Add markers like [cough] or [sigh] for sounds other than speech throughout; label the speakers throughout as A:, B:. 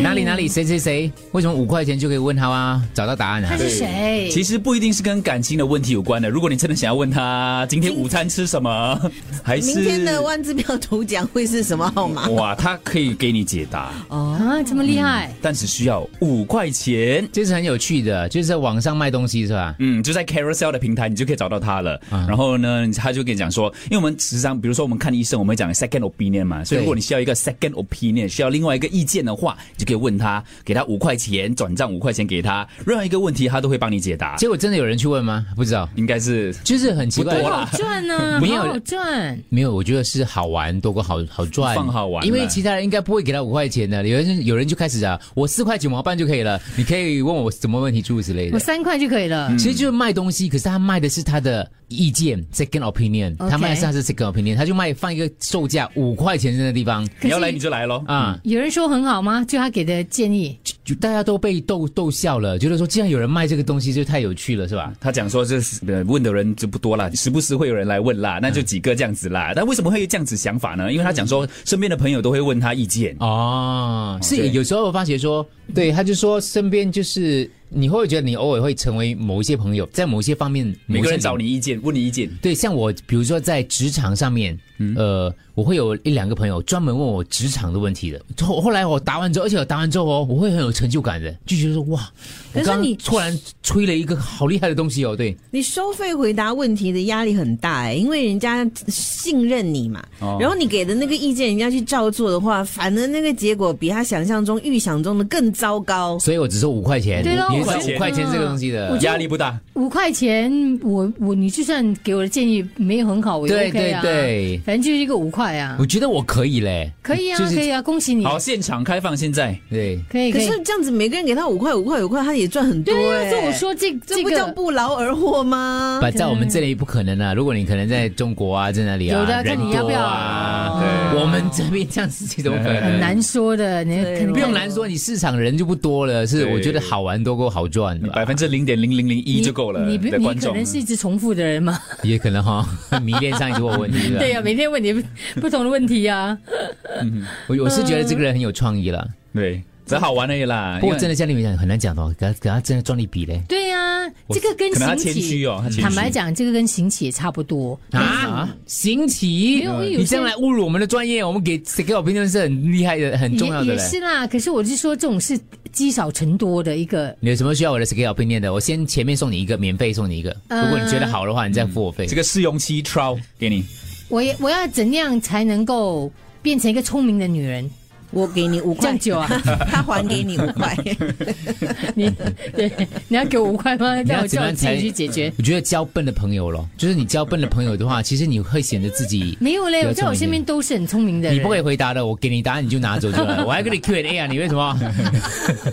A: 哪里哪
B: 嗯
A: 里谁谁谁，为什么五块钱就可以问他啊？找到答案啊
C: 他？是谁？
B: 其实不一定是跟感情的问题有关的。如果你真的想要问他今天午餐吃什么，还是哦
D: 明天的万字票头奖会是什么号码？
B: 哇，他可以给你解答，
C: 啊，这么厉害！
B: 但只需要五块钱。
A: 这是很有趣的，就是在网上卖东西是吧？
B: 嗯，就在 Carousel 的平台，你就可以找到他了。然后呢，他就跟你讲说，因为我们时常，比如说我们看医生，我们会讲 second opinion 嘛，所以
A: 对
B: 如果你需要一个 second opinion，需要另外一个意见的话，你就可以问他，给他五块钱，转账五块钱给他，任何一个问题他都会帮你解答。
A: 结果真的有人去问吗？不知道，
B: 应该是
A: 就是很奇怪
B: 不
C: 好
B: 多
C: 好
B: 啦
C: 赚呢，
A: 没有
C: 好好赚。
A: 没有，我觉得是好玩多过好好赚，
B: 放好玩了
A: 因为其他人应该不会给他五块钱的，有人有人就开始啊，我四块九毛半就可以了，你可以问我什么问题诸如此类
C: 我
A: 的。
C: 三块就可以
B: 嗯
C: 了。
A: 其实就是卖东西，可是他卖的是他的意见 second opinion，
C: OK
A: 他卖的是他的 second opinion，他就卖放一个售价五块钱的地方
B: 你要
C: 可是
B: 来你就来咯。
A: 啊。
C: 有人说很好吗？就他给的建议，
A: 就大家都被逗逗笑了，觉得说既然有人卖这个东西，就太有趣了，是吧？
B: 他讲说，这是呃问的人就不多啦，时不时会有人来问啦，那就几个这样子啦。但为什么会有这样子想法呢？因为他讲说，身边的朋友都会问他意见。
A: 哦，是
B: 对
A: 有时候我发觉说，对，他就说身边就是你会不会觉得你偶尔会成为某一些朋友，在某些方面，
B: 每个人
A: 某些
B: 找你意见，问你意见，
A: 对，像我比如说在职场上面，
B: 嗯
A: 呃，我会有一两个朋友专门问我职场的问题的。后后来我答完之后，而且我答完之后哦，我会很有成就感的，就觉得说哇，我
C: 可是
A: 刚
C: 你
A: 刚突然吹了一个好厉害的东西哦，对，
D: 你收费回答问题的压力很大哎、因为人家信任你嘛，
B: 哦
D: 然后你给的那个意见，人家去照做的话，反而那个结果比他想象中、预想中的更糟糕。
A: 所以我只收五块钱，
C: 对咯
A: 你也
B: 我
A: 是
B: 觉
A: 五
B: 得
A: 块钱这个东西
C: 嗯
A: 的，
B: 压力不大。
C: 五块钱，我我你就算给我的建议没有很好，我也
A: 对
C: OK 啊。
A: 对对
C: 反正就是一个五块啊
A: 我，觉得我可以嘞，
C: 可以啊，
A: 就是
C: 可以啊，恭喜你，
B: 好，现场开放，现在
A: 对。
C: 可以
D: 可
C: 可以。
D: 是这样子，每个人给他五块、五块、五块，他也赚很多
C: 对
D: 哎、
C: 啊，所以我说这
D: 这
C: 这
D: 不叫
C: 个
D: 不劳而获吗？
A: 不，在我们这里不可能啊！如果你可能在中国啊，在哪里啊，
C: 有的，
A: 人
C: 看你
A: 多
C: 要不要
A: 啊？
C: 哦
A: 我们这边这样子，这种可能
C: 很。难说的，你
D: 对
C: 肯定
A: 不用难说，你市场人就不多了，是
B: 对
A: 我觉得好玩多过好赚的吧，
B: 百分之零点零零零一
C: 你
B: 就够了。
C: 你不
B: 的
C: 你
B: 观
C: 可
B: 众
C: 能是一直重复的人嘛？
A: 也可能哈、 [laughs] 迷恋上一直问问题了。
C: [laughs] 对呀、啊每天问你不同的问题啊呀、
A: 我我是觉得这个人很有创意了，
B: 对，只好玩而已啦。
A: 不过真
B: 的
A: 的像你们讲很难讲的哦，给他给他真的赚一笔嘞
C: 对呀、
B: 我
C: 这个跟
B: 可能他
C: 行
B: 谦虚
C: 乞，
B: 哦，他谦虚。
C: 坦白，讲，这个跟行乞也差不多。
A: 啊！行乞
C: 没有因为，有
A: 你这
C: 些
A: 样来侮辱我们的专业，我们给谁给我评论是很厉害的、很重要
C: 也
A: 的
C: 也
A: 嘞。
C: 是啦，可是我是说，这种是积少成多的一个。
A: 你有什么需要我的 scale opinion 的？我先前面送你一个，免费送你一个。
C: 呃
A: 如果你觉得好的话，你再付我费。
B: 这个试用期 trial 给你，
C: 我也我要怎样才能够变成一个聪明的女人？ [laughs]
D: 我给你五
C: 这
D: 块
C: 样，久啊，
D: [laughs] 他还给你五块。
C: 你对你要给我五块吗？
A: 你
C: 让
A: 要
C: 我
A: 怎
C: 叫
A: 么
C: 我
A: 样
C: 自
A: 才嗯
C: 己去解决。
A: 我觉得交笨的朋友咯，就是你交笨的朋友的话，其实你会显得自己
C: 没有
A: 比
C: 嘞，
A: 较
C: 我在
A: 聪
C: 我
A: 明一
C: 身边
A: 点
C: 都是很聪明的人。
A: 你不可以回答的，我给你答案你就拿走就
C: [laughs]
A: 了。我还跟你 Q&A 啊，你为什么？ [laughs]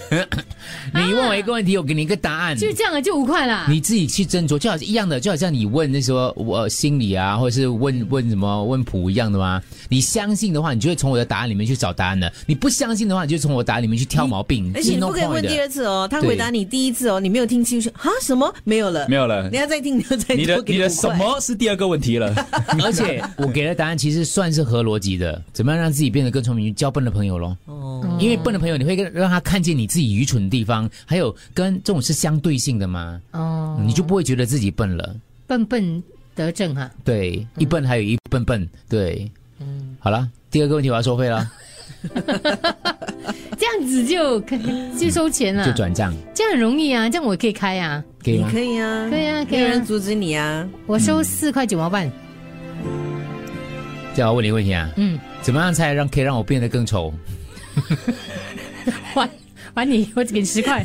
A: 你问我一个问题，我给你一个答案。
C: 就这样了，啊就五块啦。
D: 啊
A: 你自己去斟酌，就好像一样的，就好像你问那时候我心理啊，或者是
D: 嗯
A: 问问什么问谱一样的吗？你相信的话，你就会从我的答案里面去找答案的；你不相信的话，你就从我答案里面去挑毛病。
D: 而且你
A: no
D: 不可以
A: point
D: 问
A: 的
D: 第二次哦，他回答你第一次哦，你没有听清楚啊？什么没有了？
B: 没有了
D: 你。要再听，你要再
B: 你的
D: 多给
B: 你的
D: 五块
B: 什么是第二个问题了？
A: 而且我给的答案其实算是合逻辑的，怎么样让自己变得更聪明？交笨的朋友咯。
D: 哦，
A: 因为笨的朋友，你会跟让他看见你自己愚蠢的地方，还有跟这种是相对性的嘛，
C: 哦，
A: 你就不会觉得自己笨了。
C: 笨笨得正啊哈、
A: 对，
D: 嗯
A: 一笨还有一笨笨，对，嗯，好了，第二个问题我要收费
D: [laughs]
A: 了，
C: 这样子就可就收钱了，
A: 就转账，
C: 这样很容易啊，这样我也可以开啊，
A: 可以
D: 你
A: 吗？
D: 可以啊，
C: 可以
A: 嗯
C: 啊，可
D: 没
C: 以
D: 有人
C: 啊，
D: 阻止你啊。
C: 我收四块九毛半，
A: 这样我问你一个问题啊，
C: 嗯，
A: 怎么样才让可以让我变得更丑？
C: 还还你，我只给你十块，